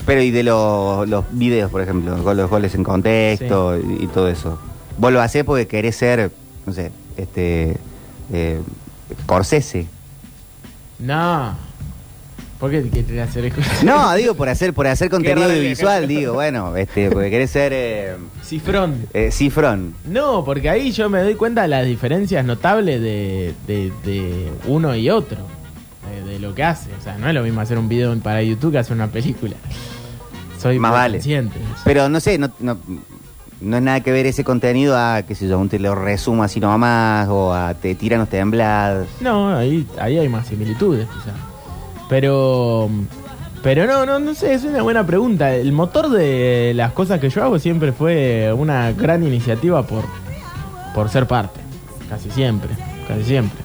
Pero y de los, los videos, por ejemplo, con los goles en contexto y, y todo eso. Vos lo hacés porque querés ser, no sé, este, eh, Corsese.
No. ¿Por qué quería hacer eso?
No, digo, por hacer, por hacer contenido
raro que-
audiovisual, digo, bueno, este, porque querés ser eh,
Cifrón.
eh, Cifrón.
No, porque ahí yo me doy cuenta de las diferencias notables de, de- de uno y otro, de, de lo que hace. O sea, no es lo mismo hacer un video para YouTube que hacer una película. Soy
Más
muy
vale.
consciente.
Pero no sé, no, no, no es nada que ver ese contenido a, qué sé yo, un te lo resumo así nomás, o a te tiranos temblados.
No, ahí, ahí hay más similitudes, quizá. Pero, pero no, no, no sé, es una buena pregunta. El motor de las cosas que yo hago siempre fue una gran iniciativa por, por ser parte. Casi siempre, casi siempre.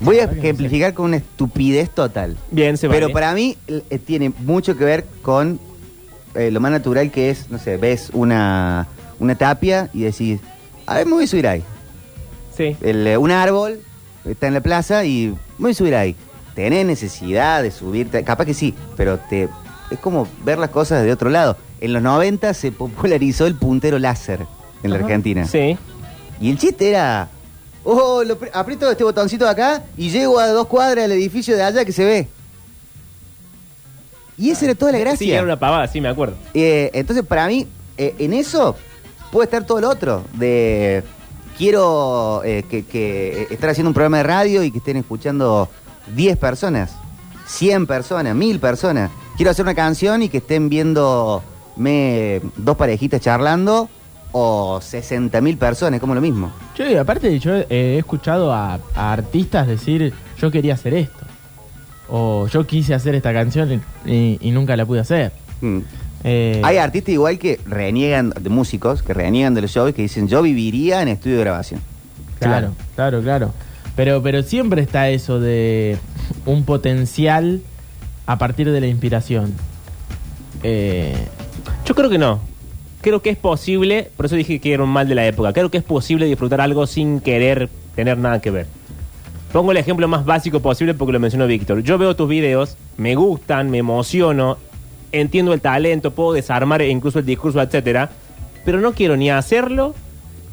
Voy a ejemplificar con una estupidez total.
Bien, se va.
Pero para mí l- eh, tiene mucho que ver con eh, lo más natural que es, no sé, ves una, una tapia y decís, a ver, me voy a subir ahí.
Sí.
El, eh, un árbol está en la plaza y me voy a subir ahí. Tenés necesidad de subirte, capaz que sí, pero te es como ver las cosas de otro lado. En los 90 se popularizó el puntero láser en la Argentina.
Sí.
Y el chiste era, oh, lo pre- aprieto este botoncito de acá y llego a dos cuadras del edificio de allá que se ve. Y esa era toda la
Sí, era
gracia.
una pavada, sí, me acuerdo.
Eh, entonces, para mí, eh, en eso puede estar todo lo otro. De quiero eh, que, que estar haciendo un programa de radio y que estén escuchando 10 personas, 100 personas, 1000 personas. Quiero hacer una canción y que estén viendo me, dos parejitas charlando o 60.000 personas, como lo mismo.
Yo, y aparte, yo eh, he escuchado a, a artistas decir, yo quería hacer esto. O yo quise hacer esta canción y, y- y nunca la pude hacer.
Mm.
Eh,
Hay artistas igual que reniegan, de músicos, que reniegan de los shows, que dicen yo viviría en estudio de grabación.
Claro, claro, claro. Pero, pero siempre está eso de un potencial a partir de la inspiración. Eh,
Yo creo que no. Creo que es posible, por eso dije que era un mal de la época. Creo que es posible disfrutar algo sin querer tener nada que ver. Pongo el ejemplo más básico posible porque lo mencionó Víctor. Yo veo tus videos, me gustan, me emociono, entiendo el talento, puedo desarmar e incluso el discurso, etcétera, pero no quiero ni hacerlo,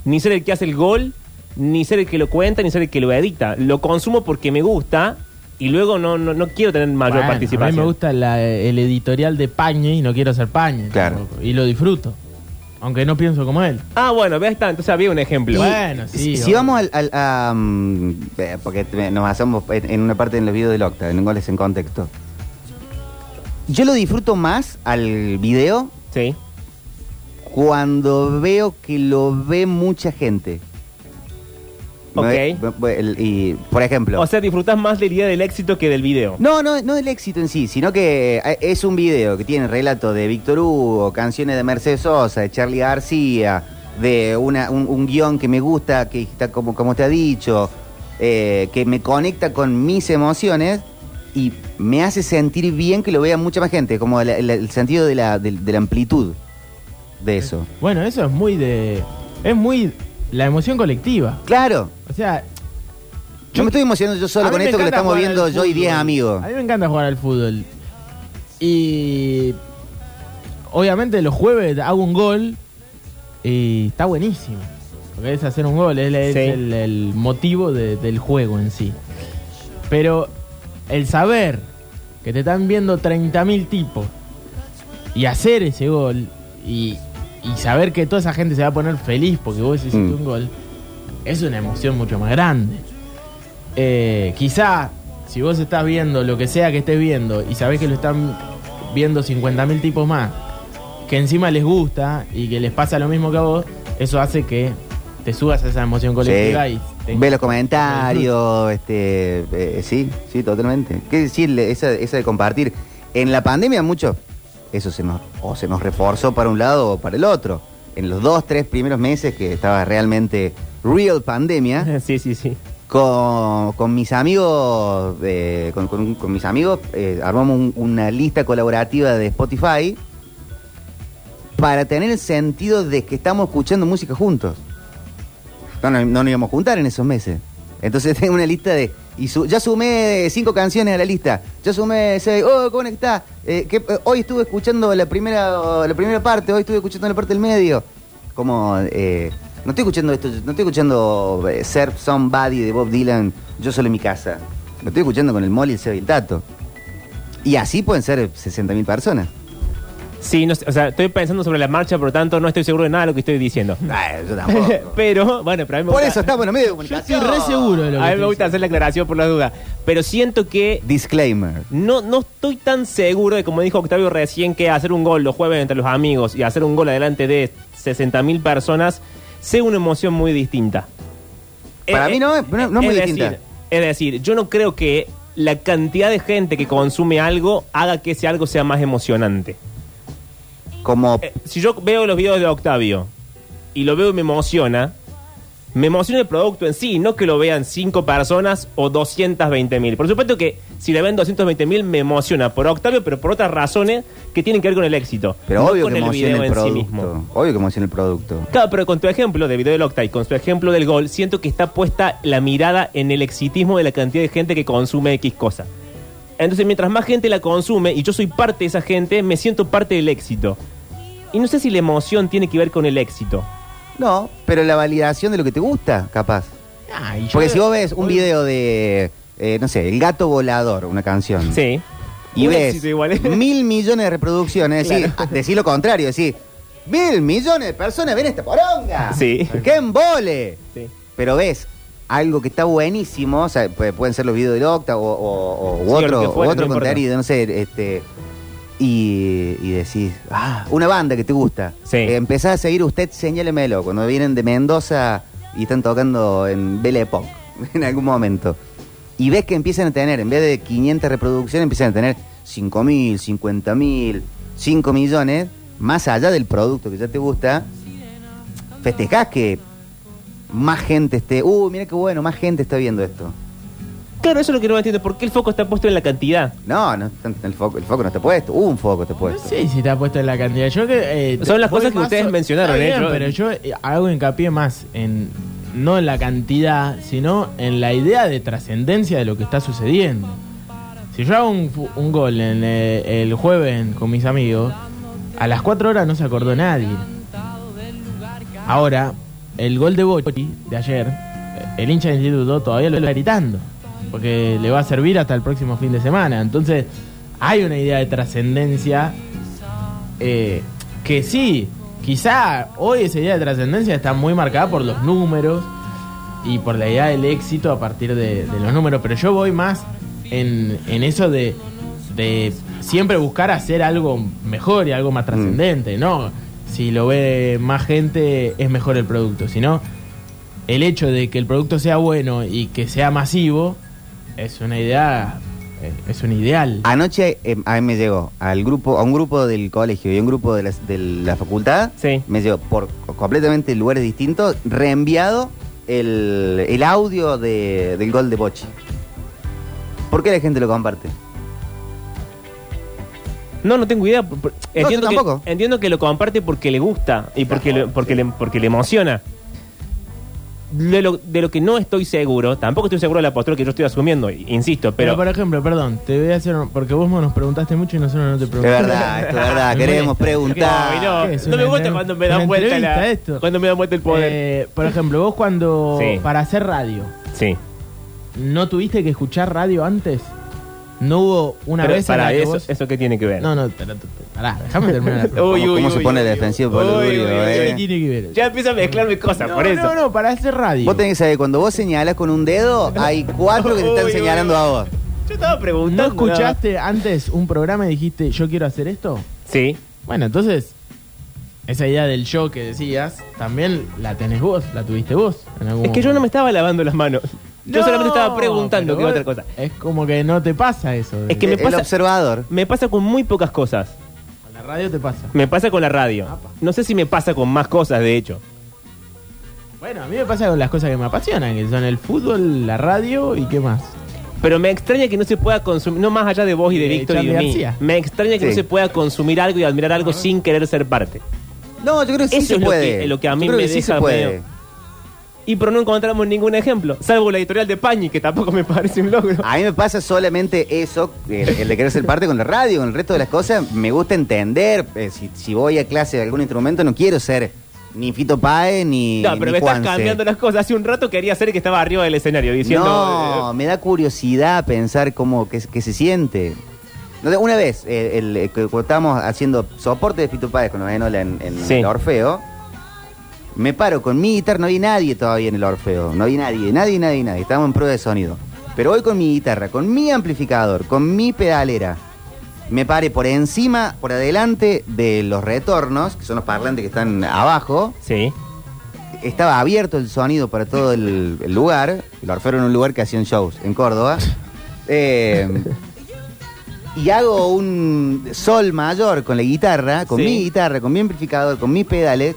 ni ser el que hace el gol, ni ser el que lo cuenta, ni ser el que lo edita. Lo consumo porque me gusta y luego no, no, no quiero tener mayor
Bueno,
participación.
A mí me gusta la- el editorial de Pañi y no quiero ser Pañi.
Claro.
tampoco. Y lo disfruto. Aunque no pienso como él.
Ah, bueno, ve está, entonces había un ejemplo.
Y- Bueno, sí,
si, si
obvio.
vamos al, al- a, mm, eh, porque te- nos hacemos en, en una parte en los videos del Octa, en goles en contexto. Yo lo disfruto más al video
Sí.
cuando veo que lo ve mucha gente. Me-
Ok.
me- me- el- y, por ejemplo.
O sea, disfrutás más de la idea del éxito que del video.
no, no, no del éxito en sí, sino que eh, es un video que tiene relato de Víctor Hugo, canciones de Mercedes Sosa, de Charlie García, de una, un, un guión que me gusta, que está como, como te ha dicho, eh, que me conecta con mis emociones y me hace sentir bien que lo vea mucha más gente, como la- la- el sentido de la, de- de la amplitud de eso.
Bueno, eso es muy de. Es muy. La emoción colectiva.
Claro,
O sea,
Yo me estoy emocionando yo
A
solo
mí
con
me
esto que lo
encanta
estamos
jugar
viendo
al
yo y
fútbol.
10 amigos.
A mí me encanta jugar al fútbol. Y obviamente los jueves hago un gol y está buenísimo. Porque es hacer un gol, es, la- es
Sí.
el, el motivo de- del juego en sí. Pero el saber que te están viendo 30.000 tipos y hacer ese gol y, y saber que toda esa gente se va a poner feliz porque vos hiciste
Mm.
un gol, es una emoción mucho más grande. Eh, quizá si vos estás viendo lo que sea que estés viendo y sabés que lo están viendo 50.000 tipos más, que encima les gusta y que les pasa lo mismo que a vos, eso hace que te subas a esa emoción colectiva
Sí.
y te-
Ve los comentarios, este, eh, sí, sí, totalmente. ¿Qué decirle? Esa, esa de compartir. En la pandemia mucho, eso se nos, o se nos reforzó para un lado o para el otro. En los dos, tres primeros meses que estaba realmente real pandemia.
Sí, sí, sí.
con, con mis amigos, eh, con, con- con mis amigos eh, armamos un- una lista colaborativa de Spotify para tener el sentido de que estamos escuchando música juntos. No, no, no nos íbamos a juntar en esos meses. Entonces tengo una lista de... Y su- ya sumé cinco canciones a la lista. Ya sumé seis. Oh, ¿cómo está? Eh, que, eh, hoy estuve escuchando la primera, la primera parte, hoy estuve escuchando la parte del medio. Como... eh, no estoy escuchando esto, no estoy escuchando eh, Ser Somebody de Bob Dylan, yo solo en mi casa. Lo estoy escuchando con el Molly y el Seba y el Tato. Y así pueden ser 60.000 personas.
Sí, no sé, o sea, estoy pensando sobre la marcha, por lo tanto no estoy seguro de nada de lo que estoy diciendo.
Ah, yo tampoco.
Pero, bueno, pero a mí me
Por
gusta-
eso estamos en los medios de
Yo
comunicación.
estoy re seguro de lo que
A mí
estoy
me gusta
diciendo.
hacer la aclaración por la duda. Pero siento que
Disclaimer.
no, no estoy tan seguro de, como dijo Octavio recién, que hacer un gol los jueves entre los amigos y hacer un gol adelante de 60.000 personas sea una emoción muy distinta.
Para mí no es- no- no es muy
decir-
distinta.
Es decir, yo no creo que la cantidad de gente que consume algo haga que ese algo sea más emocionante.
Como
Eh, si yo veo los videos de Octavio y lo veo y me emociona, me emociona el producto en sí, no que lo vean 5 personas o 220 mil. Por supuesto que si le ven 220 mil me emociona por Octavio, pero por otras razones que tienen que ver con el éxito.
Pero
no
obvio
con
que
el
emociona
video
el,
en sí
producto.
mismo.
obvio que emociona el producto.
Claro, pero con tu ejemplo de video del Octa y con su ejemplo del gol, siento que está puesta la mirada en el exitismo de la cantidad de gente que consume X cosa. Entonces, mientras más gente la consume y yo soy parte de esa gente, me siento parte del éxito. Y no sé si la emoción tiene que ver con el éxito.
No, pero la validación de lo que te gusta, capaz.
Ah, y yo-
Porque si vos ves un video de, eh, no sé, El Gato Volador, una canción,
Sí.
y
Un
ves Mm.
éxito igual, ¿eh?
mil millones de reproducciones, decís, ah, decís lo contrario, decís, mil millones de personas ven esta poronga.
Sí.
¡Qué embole!
Sí.
Pero ves algo que está buenísimo, o sea, pu- pueden ser los videos del Octa o, o- o- u
Sí, o lo
otro,
que fuera,
u otro
no importa.
contenido, no sé, este. Y, y decís, ah, una banda que te gusta.
Sí.
Eh, empezás a seguir usted, señálemelo, cuando vienen de Mendoza y están tocando en Belle Époque, en algún momento. Y ves que empiezan a tener, en vez de 500 reproducciones, empiezan a tener 5.000, 50.000, 5 millones, más allá del producto que ya te gusta, festejás que más gente esté. Uh, mira qué bueno, más gente está viendo esto.
Claro, eso es lo que no entiendo. ¿Por qué el foco está puesto en la cantidad?
No, no está- el foco, el foco no está puesto. Un foco está
No
puesto.
sé si te ha puesto en la cantidad. Yo que, eh,
Son las
voy
cosas que
más
ustedes mencionaron,
Está
eh,
bien,
yo-
Pero yo eh, hago hincapié más en no en la cantidad, sino en la idea de trascendencia de lo que está sucediendo. Si yo hago un, fu- un gol en, eh, el jueves en- con mis amigos, a las 4 horas no se acordó nadie. Ahora, el gol de Bochi de ayer, eh, el hincha del instituto todavía lo está gritando. porque le va a servir hasta el próximo fin de semana. Entonces, hay una idea de trascendencia eh, que sí, quizá hoy esa idea de trascendencia está muy marcada por los números y por la idea del éxito a partir de, de los números, pero yo voy más en, en eso de, de siempre buscar hacer algo mejor y algo más trascendente, ¿no? Si lo ve más gente es mejor el producto, si no, el hecho de que el producto sea bueno y que sea masivo es una idea, eh, es un ideal.
Anoche eh, a mí me llegó al grupo, a un grupo del colegio y a un grupo de, las- de la facultad.
Sí.
Me llegó por completamente lugares distintos, reenviado el, el audio de- del gol de Bochi. ¿Por qué la gente lo comparte?
No, no tengo idea. por- por- Entiendo,
tampoco.
que, entiendo que lo comparte porque le gusta y porque, le, porque, le, porque le emociona. De lo, de lo que no estoy seguro, tampoco estoy seguro de la postura que yo estoy asumiendo, i- insisto,
Pero,
pero,
por ejemplo, perdón, te voy a hacer un- porque vos nos preguntaste mucho y nosotros no te
Es
preguntamos.
verdad, esto es verdad.
Me
Queremos
molesta.
Ay,
preguntar.
no,
¿Qué es,
no
una
me gusta
entrev-
cuando me
una
dan vuelta la-
entrevista esto?
cuando me dan vuelta el poder.
Eh, por ejemplo, vos cuando
Sí.
para hacer radio,
sí.
¿no tuviste que escuchar radio antes? ¿No hubo una
Pero
vez en
para
la que
eso,
vos-
eso qué tiene que ver.
No, no, pero- pará, déjame terminar. la pregunta.
¿Cómo, cómo se pone la defensiva por el
uy,
Durio,
uy, uy,
eh?
¿Qué tiene que ver?
Ya empieza a mezclar mis cosas,
no,
por eso.
no, no, para hacer radio.
Vos tenés que saber, cuando vos señalás con un dedo, hay cuatro que te están
Uy, uy,
señalando
uy.
a vos.
Yo estaba preguntando.
¿No escuchaste antes un programa y dijiste, yo quiero hacer esto?
Sí.
Bueno, entonces, esa idea del yo que decías, también la tenés vos, la tuviste vos. en algún
Es que yo no
momento.
me estaba lavando las manos. Yo
No,
solamente estaba preguntando qué
pero
otra
vos-
cosa.
Es como que no te pasa eso. de-
Es que me
el
pasa-
observador.
Me pasa con muy pocas cosas.
Con la radio te pasa.
Me pasa con la radio.
Apa.
No sé si me pasa con más cosas, de hecho.
Bueno, a mí me pasa con las cosas que me apasionan, que son el fútbol, la radio y qué más.
Pero me extraña que no se pueda consumir, no más allá de vos y de
Eh,
Víctor y
Charlie
de mí.
García. Ah.
Me extraña que no
Sí.
se pueda consumir algo y admirar algo sin querer ser parte.
No, yo creo que sí
Eso
se
es lo
puede.
que- lo que a
Yo
mí
creo
me
que sí
deja
se puede.
medio- Y pero no encontramos ningún ejemplo, salvo la editorial de Pañi, que tampoco me parece un logro.
A mí me pasa solamente eso, el, el de querer ser parte con la radio, con el resto de las cosas. Me gusta entender. eh, si, si voy a clase de algún instrumento, no quiero ser ni Fito Pae ni.
No, pero
ni
me estás
Juanse.
cambiando las cosas. Hace un rato quería hacer que estaba arriba del escenario diciendo.
No,
eh,
me da curiosidad pensar cómo que, se siente. No sé, Una vez, eh, el, eh, que- cuando estábamos haciendo soporte de Fito Páez con Novenola en, en
Sí.
el Orfeo, me paro con mi guitarra, no vi nadie todavía en el Orfeo, no vi nadie, nadie, nadie, nadie, estábamos en prueba de sonido. Pero voy con mi guitarra, con mi amplificador, con mi pedalera. Me paré por encima, por adelante de los retornos, que son los parlantes que están abajo,
sí.
estaba abierto el sonido para todo el, el lugar. Lo orfeo en un lugar que hacían shows en Córdoba. Eh, y hago un sol mayor con la guitarra, con
Sí.
mi guitarra, con mi amplificador, con mis pedales.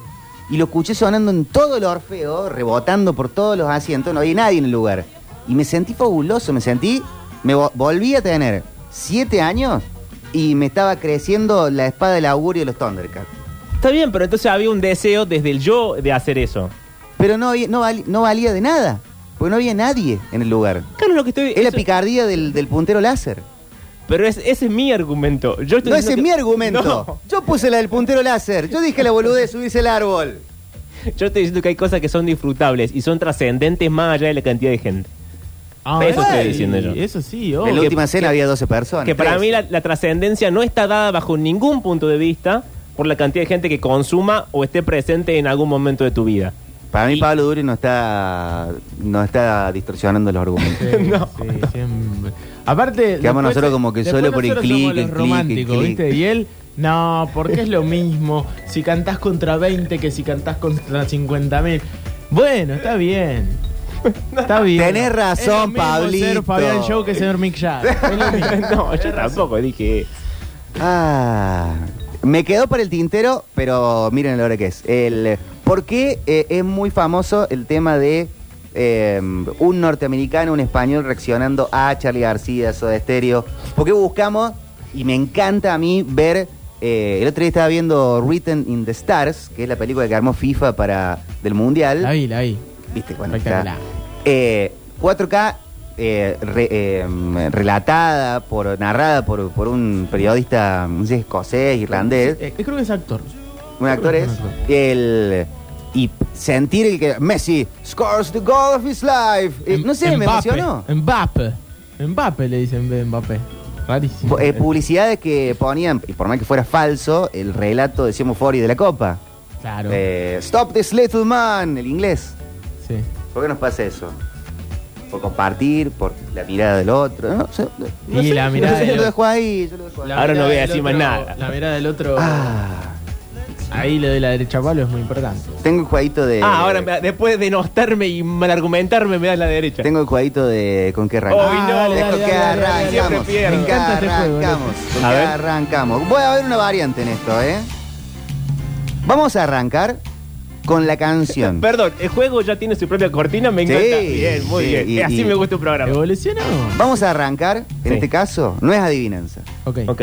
Y lo escuché sonando en todo el orfeo, rebotando por todos los asientos. No había nadie en el lugar. Y me sentí fabuloso, me sentí. Me vo- volví a tener siete años y me estaba creciendo la espada del augurio de los Thundercats.
Está bien, pero entonces había un deseo desde el yo de hacer eso.
Pero no, había- no, vali- no valía de nada, porque no había nadie en el lugar.
Claro, lo que estoy.
Es la
eso-
picardía del, del puntero láser.
Pero es- ese es mi argumento. Yo estoy
No,
diciendo
ese es
que-
mi argumento.
No.
Yo puse la del puntero láser. Yo dije la boludez de subirse el árbol.
Yo estoy diciendo que hay cosas que son disfrutables y son trascendentes más allá de la cantidad de gente.
Ah,
Eso estoy
sí,
diciendo yo.
Eso sí, oh.
en la
que-
última cena había 12 personas.
que para
tres.
mí la, la trascendencia no está dada bajo ningún punto de vista por la cantidad de gente que consuma o esté presente en algún momento de tu vida.
Para mí
y-
Pablo Durio no está, no está distorsionando los argumentos.
Sí, sí, siempre. Aparte.
Quedamos
después-
nosotros como que
después
solo por el
nosotros
clic,
somos los
el clic, el
románticos,
clic.
¿viste? Y él, no, porque es lo mismo si cantás contra 20 que si cantás contra 50 mil. Bueno, está bien. Está bien.
Tenés razón,
es lo mismo
Pablito.
ser Fabián Show que ser Mick Jagger. Es lo mismo.
no, yo tampoco dije.
Ah, me quedó para el tintero, pero miren lo hora que es. El, ¿Por qué eh, es muy famoso el tema de eh, un norteamericano, un español reaccionando a Charlie García, Soda Stereo? Porque buscamos, y me encanta a mí ver. eh, el otro día estaba viendo Written in the Stars, que es la película que armó FIFA para del Mundial.
La vi, la vi.
Viste, bueno,
Espectacular.
está. Eh, 4K eh, re- eh, mm, relatada, por, narrada por, por un periodista no sé, escocés, irlandés,
Eh, creo que es actor.
un actor es. El, y y sentir el que Messi scores the goal of his life. Eh, no sé, me
Mbappé,
emocionó.
Mbappé. Mbappé le dicen en vez de Mbappé. Rarísimo.
Po- eh, publicidades que ponían, y por más que fuera falso, el relato de Simo Fori de la Copa.
claro.
Eh, Stop this little man, el inglés.
sí.
¿Por qué nos pasa eso? Por compartir, por la mirada del otro. No, sé, no
Y
sé,
la
yo
mirada
no sé, yo
del
lo
otro.
dejo ahí, yo lo dejo ahí.
Ahora no
mirada
ve
del
así más
otro-
nada.
La mirada del otro.
Ah,
Ahí le doy la derecha a palo, es muy importante.
tengo el jueguito de.
Ah, ahora me- después de notarme y malargumentarme me das la derecha.
Tengo el jueguito de con qué
Oh,
arrancamos.
y no,
Ah, dale,
Es con
dale,
qué
dale, dale, dale.
arrancamos.
siempre pierdo.
Con qué
Me encanta este juego,
arrancamos. Con
A
qué
ver.
arrancamos. Voy a ver una variante en esto, ¿eh? Vamos a arrancar con la canción.
Perdón, el juego ya tiene su propia cortina, me
Sí,
encanta. bien, muy
sí,
bien.
y-
Así
y-
me gusta un programa.
¿Evolucionó?
Vamos a arrancar, en
Sí.
este caso, no es adivinanza,
Ok.
Ok.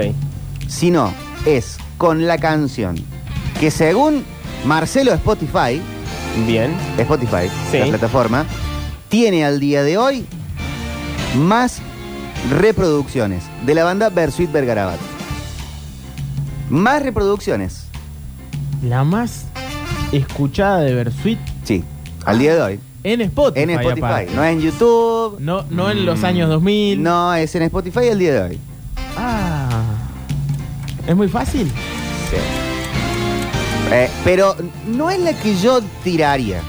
sino es con la canción que según Marcelo Spotify,
Bien.
Spotify,
Sí.
la plataforma, tiene al día de hoy más reproducciones de la banda Bersuit Bergarabat. Más reproducciones,
La más escuchada de Versuit
sí, al día de hoy.
en Ah, Spotify.
En Spotify,
aparte.
no en YouTube,
No, no en
Mm.
los años 2000.
no es en Spotify al día de hoy.
Ah. Es muy fácil.
Eh, pero no es la que yo tiraría.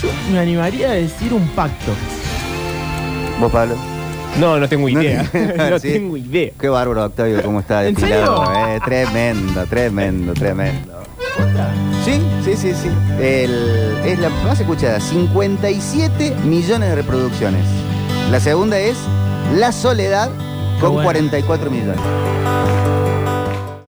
Yo me animaría a decir un pacto.
¿Vos, Pablo?
No, no tengo
No
idea.
te-
no
sí.
tengo idea.
Qué bárbaro, Octavio, cómo está
¿En
desfilando.
serio?
eh. Tremendo, tremendo, tremendo. Sí, sí, sí, sí. El- es la más escuchada, 57 millones de reproducciones. La segunda es La Soledad con
bueno.
44 millones.